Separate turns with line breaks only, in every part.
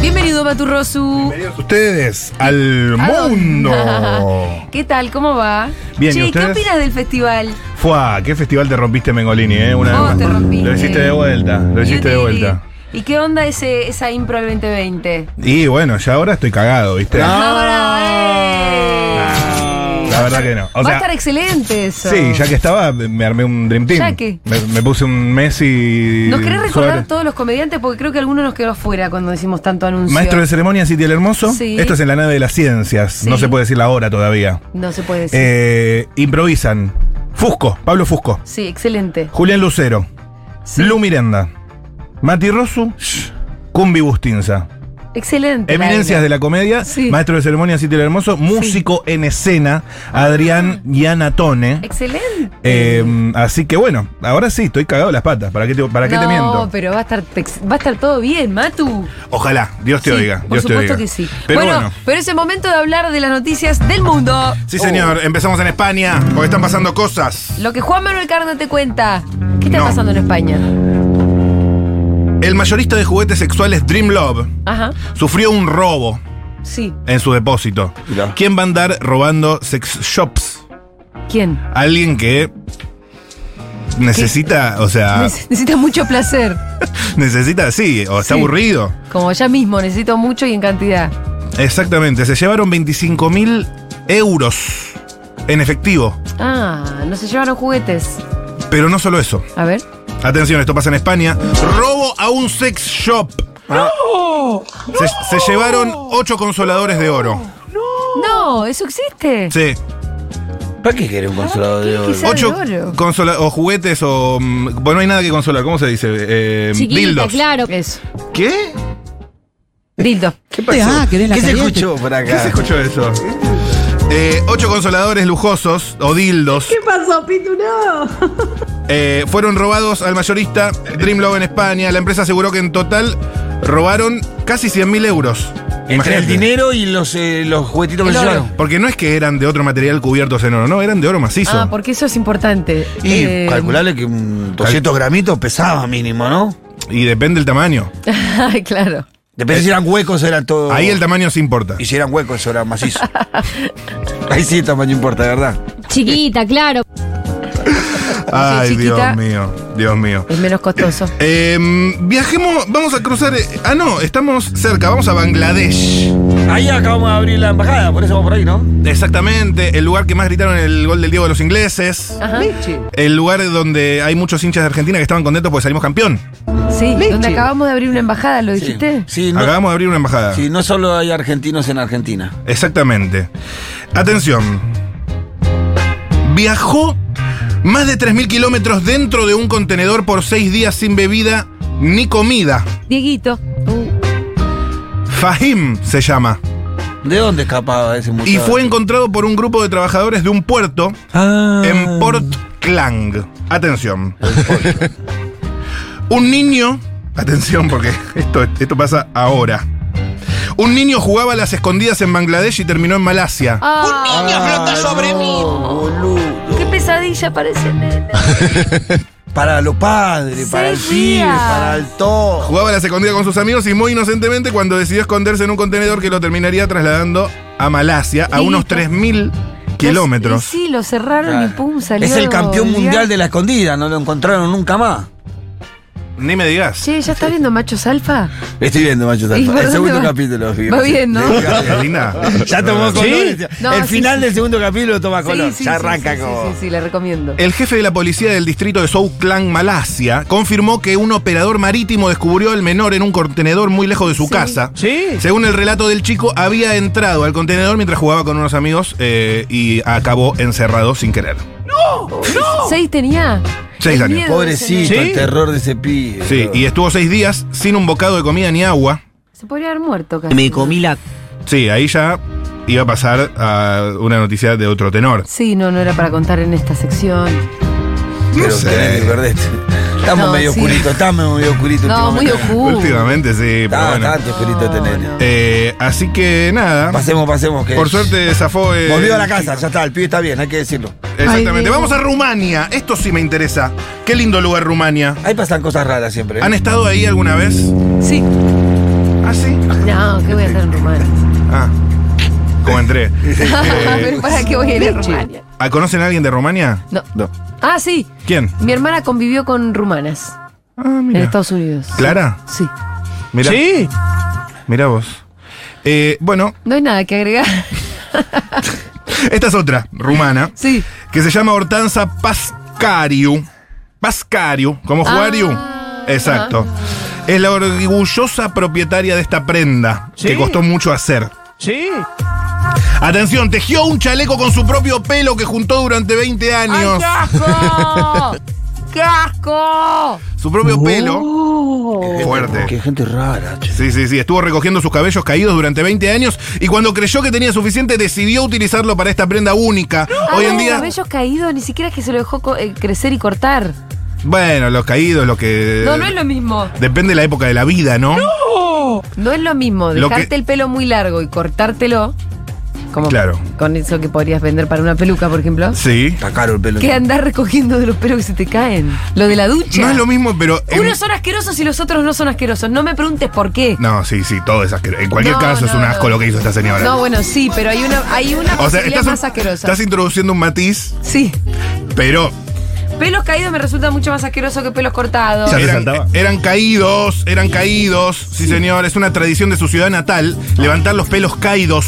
Bienvenido, Baturrosu.
Bienvenidos ustedes al
Ah.
mundo.
¿Qué tal? ¿Cómo va?
Bien, ¿y
che, ¿qué
ustedes?
opinas del festival?
Fua, qué festival te rompiste Mengolini, eh, una vez
Vos
más.
te rompiste.
Lo hiciste de vuelta, lo hiciste de
Yuri,
vuelta.
¿Y qué onda ese, esa impro del 2020?
Y bueno, ya ahora estoy cagado, ¿viste?
Ahora, eh.
La verdad que no. O
va a
sea,
estar excelente eso.
sí, ya que estaba, me armé un Dream Team.
¿Ya qué?
Me, me puse un Messi.
¿Nos querés recordar
Suárez.
todos los comediantes? Porque creo que alguno nos quedó fuera cuando decimos tanto anuncio.
Maestro de ceremonias, Siti el Hermoso.
Sí.
Esto es en la nave de las ciencias. No
Sí.
se puede decir la hora todavía.
No se puede decir.
Eh, improvisan. Fusco, Pablo Fusco.
sí, excelente.
Julián Lucero.
Sí,
Lu Miranda. Mati Rosu. Cumbi Bustinza.
excelente.
Eminencias de la comedia.
Sí.
Maestro de ceremonias Siti el Hermoso. Músico en escena.
Ah.
Adrián Yanatone.
Excelente.
Eh, así que bueno, ahora sí, estoy cagado de las patas. ¿Para qué te, para qué
no,
te miento?
pero va a estar tex- va a estar todo bien, Matu.
Ojalá, Dios te
Sí,
oiga.
Por
Dios te
supuesto
oiga.
que sí.
Pero bueno.
pero es el momento de hablar de las noticias del mundo.
Sí, señor, empezamos en España, porque están pasando cosas.
Oh. Lo que Juan Manuel Carno te cuenta. ¿Qué está
No.
pasando en España?
El mayorista de juguetes sexuales Dream Love
Ajá.
sufrió un robo
Sí.
en su depósito.
Mirá.
¿Quién va a andar robando sex shops?
¿Quién?
Alguien que necesita, o sea,
Neces- Necesita mucho placer.
necesita, sí, o está
Sí.
aburrido.
Como ya mismo, necesito mucho y en cantidad.
Exactamente, se llevaron 25 mil euros en efectivo.
Ah, no se llevaron juguetes.
Pero no solo eso.
A ver.
Atención, esto pasa en España. Robo a un sex shop. Se, se llevaron ocho consoladores de oro.
No, eso existe.
Sí,
¿Para qué querés un consolador de oro?
Quizá-
ocho
de oro.
consola o juguetes o... mm, Bueno, no hay nada que consolar, ¿cómo se dice? Eh,
Chiquita,
dildos.
claro.
Eso.
¿Qué?
Dildo.
¿Qué pasó?
Ah, querés la
¿Qué se
caliente.
escuchó por acá?
¿Qué se escuchó eso? Eh, ocho consoladores lujosos o dildos
pasó, Pitu? No.
eh, fueron robados al mayorista Dreamlove en España. La empresa aseguró que en total robaron casi 100 mil euros.
Entre el
Imagínate.
dinero y los, eh, los juguetitos que
El
se
oro.
llevaron.
Porque no es que eran de otro material cubiertos en oro, no, eran de oro macizo.
Ah, porque eso es importante.
Y
Eh,
calcularle que un 200 gramitos pesaba mínimo, ¿no?
Y depende del tamaño.
Ay, claro.
Depende si eran huecos, eran todo.
Ahí el tamaño se importa.
Y si eran huecos, eso era macizo. Ahí sí el tamaño importa, ¿verdad?
Chiquita, claro.
Ay,
chiquita.
Dios mío, Dios mío.
Es menos costoso.
Em, viajemos, vamos a cruzar. eh, ah, no, estamos cerca, vamos a Bangladesh.
Ahí acabamos de abrir la embajada, por eso vamos por ahí, ¿no?
Exactamente, el lugar que más gritaron el gol del Diego de los ingleses.
Ajá.
El lugar donde hay muchos hinchas de Argentina que estaban contentos porque salimos campeón.
Sí, donde acabamos de abrir una embajada, ¿lo dijiste?
Sí, no,
Acabamos de abrir una embajada.
sí, no solo hay argentinos en Argentina.
Exactamente. Atención. Viajó más de 3.000 kilómetros dentro de un contenedor por seis días sin bebida ni comida.
Dieguito.
Fahim se llama.
¿De dónde escapaba ese muchacho?
Y fue encontrado por un grupo de trabajadores de un puerto
Ah.
en Port Klang. Atención. un niño. Atención, porque esto, esto pasa ahora. Un niño jugaba a las escondidas en Bangladesh y terminó en Malasia.
Ah,
flota sobre mí.
qué pesadilla parece. nene.
Para los padres, para el
Seis
fin,
días.
para el todo.
Jugaba a las escondidas con sus amigos y muy inocentemente cuando decidió esconderse en un contenedor que lo terminaría trasladando a Malasia, a
Y
unos
listo.
3.000
Y
kilómetros.
Sí, lo cerraron y pum, salió.
Es el campeón
viaje.
mundial de la escondida, no lo encontraron nunca más.
Ni me digas.
Che, ¿ya está viendo Machos Alfa?
Estoy viendo, macho.
¿Y por
El
dónde
segundo
va?
capítulo.
Va bien, ¿no?
Es linda.
Ya tomó colores.
No,
el
sí,
final
sí.
del segundo capítulo toma color.
Sí, sí,
ya
sí,
arranca Eh,
sí,
con.
Sí, sí, sí, le recomiendo.
El jefe de la policía del distrito de Klang, Malasia, confirmó que un operador marítimo descubrió al menor en un contenedor muy lejos de su casa.
Sí.
Según el relato del chico, había entrado al contenedor mientras jugaba con unos amigos eh, y acabó encerrado sin querer.
¿Seis tenía?
Seis
El
años.
miedo de ese
Pobrecito,
nene.
¿Sí?
el terror de ese pibe.
Sí, y estuvo seis días sin un bocado de comida ni agua.
Se podría haber muerto casi.
Me comí la
Sí, ahí ya iba a pasar a una noticia de otro tenor.
Sí, no, no era para contar en esta sección.
Pero
sé.
tenés que perderte. Estamos
No,
medio
sí.
oscuritos, estamos medio oscuritos.
No, muy
últimamente.
oscuro.
Últimamente, sí, pero
Uh. Está
bueno.
bastante oscurito tenés.
No, no.
Eh, así que nada.
Pasemos, pasemos. Que
Por suerte zafó. eh,
Volvió a la casa, ya está, el pibe está bien, hay que decirlo.
Ay,
Exactamente.
Diego.
Vamos a Rumania. Esto sí me interesa. Qué lindo lugar Rumania.
Ahí pasan cosas raras siempre. ¿eh?
¿Han estado ahí alguna vez?
Sí.
¿Ah, sí?
No, ¿qué voy a hacer en Rumania?
Ah. Como entré. Eh,
Pero ¿Para qué voy a ir a Rumania?
¿ah, ¿Conocen a alguien de Rumania?
No. Ah, sí.
¿Quién?
Mi hermana convivió con rumanas
Ah,
en
mira.
Estados Unidos.
¿Clara?
Sí.
Mira. ¿Sí? Mira vos. Eh, bueno,
No hay nada que agregar.
esta es otra, rumana,
Sí.
que se llama Hortanza Pascariu. Pascariu, como
Ah,
Juariu. Exacto. Es la orgullosa propietaria de esta prenda, que costó mucho hacer.
Sí.
Atención, tejió un chaleco con su propio pelo que juntó durante 20 años.
¡Casco! ¡Casco!
Su propio pelo. Qué fuerte.
Qué gente rara, che.
Sí, sí, sí. Estuvo recogiendo sus cabellos caídos durante 20 años y cuando creyó que tenía suficiente decidió utilizarlo para esta prenda única. Hoy en día,
Ah, cabellos caídos, ni siquiera es que se lo dejó co- eh, crecer y cortar.
bueno, los caídos, los que...
No, no es lo mismo.
Depende de la época de la vida, ¿no?
No es lo mismo
Lo
dejarte
que-
el pelo muy largo y cortártelo. Como
Claro.
Con eso que podrías vender para una peluca, por ejemplo.
Sí.
Está caro el pelo.
Que andar recogiendo de los pelos que se te caen. Lo de la ducha.
No es lo mismo, pero... en-
Unos son asquerosos y los otros no son asquerosos. No me preguntes por qué.
No, sí, sí, todo es asqueroso. En cualquier
No,
caso es
no,
un
no.
asco lo que hizo esta señora.
No, bueno, sí, pero hay una, hay una
o sea,
posibilidad
estás,
más asquerosa.
estás introduciendo un matiz,
Sí.
pero
Pelos caídos me resulta mucho más asqueroso que pelos cortados.
Ya te
eran,
saltaba.
eran caídos, eran caídos. Sí, señor, es una tradición de su ciudad natal levantar los pelos caídos.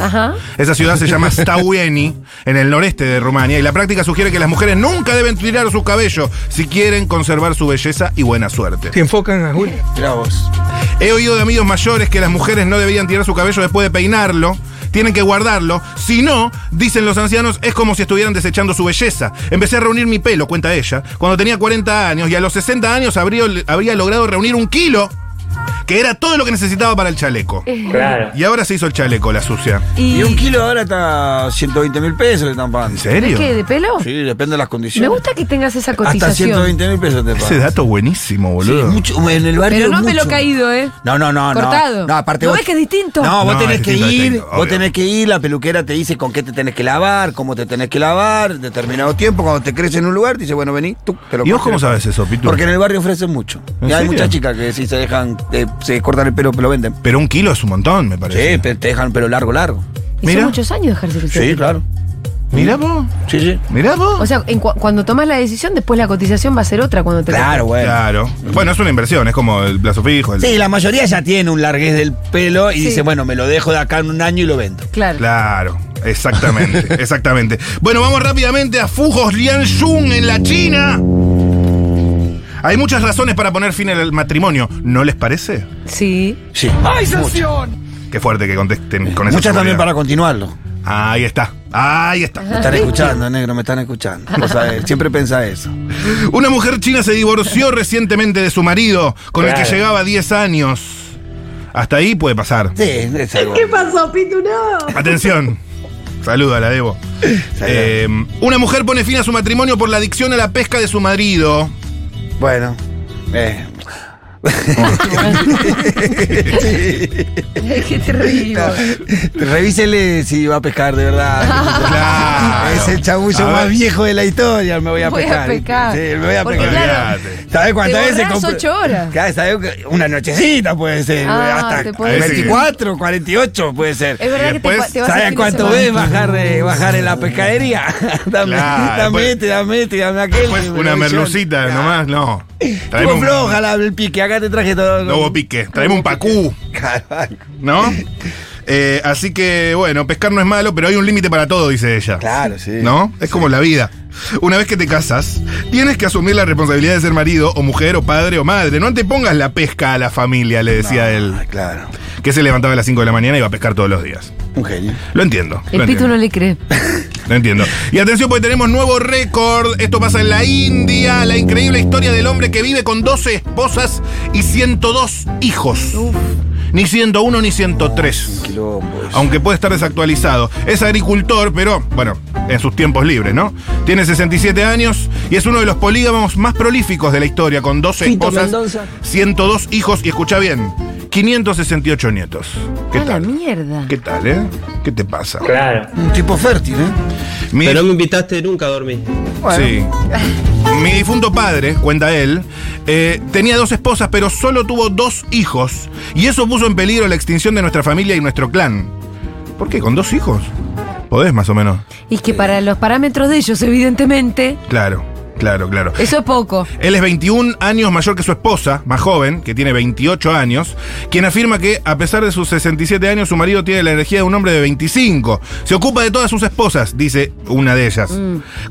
Ajá.
Esa ciudad se llama Stawieni, en el noreste de Rumania, y la práctica sugiere que las mujeres nunca deben tirar su cabello si quieren conservar su belleza y buena suerte.
Que enfocan a Julio.
Mirá vos.
He oído de amigos mayores que las mujeres no debían tirar su cabello después de peinarlo. Tienen que guardarlo. Si no, dicen los ancianos, es como si estuvieran desechando su belleza. Empecé a reunir mi pelo, cuenta ella, cuando tenía 40 años y a los 60 años habría, habría logrado reunir un kilo, que era todo lo que necesitaba para el chaleco.
Claro.
Y ahora se hizo el chaleco, la sucia.
Y,
Y,
un kilo ahora está 120 mil pesos le están pagando.
¿En serio?
¿Qué? ¿De pelo?
Sí, depende de las
Me
condiciones.
gusta que tengas esa
Hasta
cotización.
120 mil pesos te
Ese
pagan.
dato buenísimo,
Sí,
boludo.
mucho, en el barrio
Pero no
es
pelo
mucho.
caído, ¿eh?
No, no, no, no.
Cortado.
No, aparte
¿No
vos-
ves que es distinto?
No, vos
No,
tenés
es
que
distinto, es
ir,
distinto,
vos
obvio.
tenés que ir, la peluquera te dice con qué te tenés que lavar, cómo te tenés que lavar, determinado tiempo, cuando te crees en un lugar, te dice, bueno, vení, tú te lo
¿Y vos
cortas.
cómo sabes eso, Pitu?
Porque en el barrio ofrecen mucho.
¿En
Y hay
serio?
muchas chicas que si se dejan, eh, se cortan el pelo, pero lo venden.
Pero un kilo es un montón, me
Sí,
parece.
pe- te dejan pelo largo, largo.
Y
Mira.
son muchos años dejarse crecer.
Sí, claro.
Mirá vos.
Sí, sí.
Mirá vos.
O sea, en cu- cuando tomas la decisión, después la cotización va a ser otra cuando te
Claro, bueno.
Claro. Bueno, es una inversión, es como el plazo fijo. el-
Sí, la mayoría ya tiene un larguez del pelo y
Sí.
dice, bueno, me lo dejo de acá en un año y lo vendo.
Claro.
Claro, exactamente, exactamente. Bueno, vamos rápidamente a Fujos Lianzhong en la China. Hay muchas razones para poner fin al matrimonio, ¿no les parece?
Sí.
Sí.
Qué fuerte que contesten con esa
Muchas también para
seguridad.
continuarlo.
Ahí está, ahí está.
Me están escuchando, negro, me están escuchando. Vos sabés, siempre pensá eso.
Una mujer china se divorció recientemente de su marido, con el que
Claro.
llegaba 10 años. Hasta ahí puede pasar.
Sí, es algo.
Atención. Saluda, la debo. Eh, una mujer pone fin a su matrimonio por la adicción a la pesca de su marido.
Bueno. Eh,
Qué terrible.
revísele si va a pescar, de verdad.
Claro.
Es el
A
chabullo más
ver.
viejo de la historia, me voy a
Voy a
pescar.
pecar.
Sí, me voy a
Porque,
pecar.
claro,
Olvídate.
¿Sabés cuántas
te
veces
borrás
compré?
ocho horas.
Claro, ¿sabés que Una nochecita puede ser.
Ah, te
hasta
puede
ser.
24, 48 puede ser.
Es verdad
Y
que te-
después,
te, vas a
¿Sabes cuánto ves bajar, de, bajar en la pescadería? dame,
Claro,
dame
después-
este, dame este, dame aquel.
Pues
dame
una
aquel.
merlucita
Claro.
nomás, no. Traeme
Estuvo
un
floja la, el pique, acá te traje todo.
no hubo pique, traeme un pacú,
Carajo.
¿no? Eh, así que, bueno, pescar no es malo, pero hay un límite para todo, dice ella.
Claro, sí.
¿No? Es como la vida. Una vez que te casas, tienes que asumir la responsabilidad de ser marido o mujer o padre o madre. No antepongas la pesca a la familia, le decía él,
Ah, claro.
que se levantaba a las 5 de la mañana y iba a pescar todos los días.
Un genio.
Lo entiendo. lo
El Pitu
entiendo.
no le cree.
No entiendo. Y atención, porque tenemos nuevo récord. Esto pasa en la India. La increíble historia del hombre que vive con 12 esposas y 102 hijos. Ni 101 ni 103.
Quilombo eso.
Aunque puede estar desactualizado. Es agricultor, pero bueno, en sus tiempos libres, ¿no? Tiene 67 años y es uno de los polígamos más prolíficos de la historia, con 12
Fito
esposas,
Mendoza.
102 hijos y escucha bien, 568 nietos. ¿Qué
A la
tal?
mierda.
¿Qué tal, eh? ¿Qué te pasa?
Claro.
Un tipo fértil, ¿eh?
Mi-
Pero no me invitaste nunca a dormir.
Sí. Mi difunto padre, cuenta él, eh, tenía dos esposas, pero solo tuvo dos hijos. Y eso puso en peligro la extinción de nuestra familia y nuestro clan. ¿Por qué? ¿Con dos hijos? Podés, más o menos.
Y que para los parámetros de ellos, evidentemente,
Claro, claro, claro.
eso es poco.
Él es 21 años mayor que su esposa, más joven, que tiene 28 años, quien afirma que, a pesar de sus 67 años, su marido tiene la energía de un hombre de 25. Se ocupa de todas sus esposas, dice una de ellas.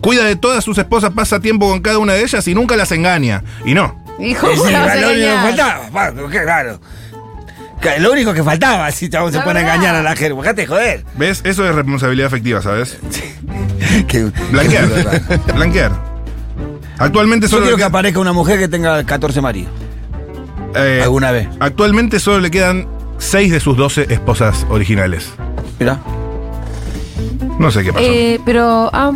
Cuida de todas sus esposas, pasa tiempo con cada una de ellas y nunca las engaña. Y no.
Hijo,
Sí,
la vas a
lo único que
engañar.
faltaba, pa, qué raro. Que Lo único que faltaba, si chabón, se
La
pone a
verdad.
engañar a la gente, dejate de joder.
¿Ves? Eso es responsabilidad afectiva, ¿sabes?
Que-
Blanquear.
que- Yo
Blanquear. Actualmente solo, le
quiero que
quedan,
aparezca una mujer que tenga 14 maridos.
eh,
Alguna vez.
actualmente solo le quedan 6 de sus 12 esposas originales.
Mirá.
No sé qué pasó.
Eh, pero ah,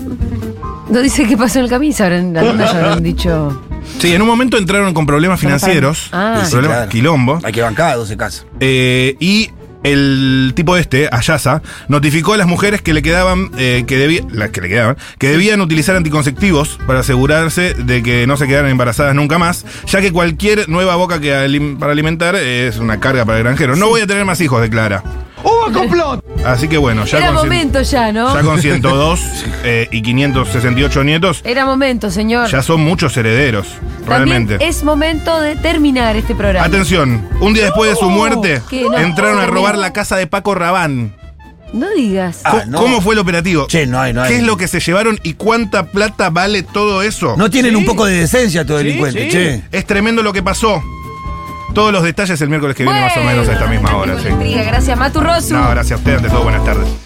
no dice qué pasó en el camino, sabrán, algunas habrán dicho.
Sí, en un momento entraron con problemas financieros,
Ah.
Sí,
problemas
claro.
quilombo,
Hay que bancar a 12 casas.
eh, y el tipo este, Ayasa, notificó a las mujeres que le quedaban, eh, que debía- las que le quedaban, que debían utilizar anticonceptivos para asegurarse de que no se quedaran embarazadas nunca más, ya que cualquier nueva boca que alim- para alimentar es una carga para el granjero. No voy a tener más hijos, declara.
¡Hubo complot!
Así que bueno, ya
Era
con cien-
momento ya, ¿no?
ya con 102 eh, y 568 nietos,
Era momento, señor.
ya son muchos herederos,
También
realmente.
es momento de terminar este programa.
Atención, un día después de su muerte,
¿Qué? No,
entraron a
no.
robar la casa de Paco Rabán.
no digas.
Ah,
¿Cómo,
no.
cómo fue el operativo?
Che, no hay, no hay.
¿Qué es lo que se llevaron y cuánta plata vale todo eso?
No tienen un poco de decencia estos delincuentes, che.
Es tremendo lo que pasó. Todos los detalles el miércoles que viene más o menos a esta misma hora. sí.
Gracias, Matu Rosu.
No, gracias a ustedes, ante todo buenas tardes.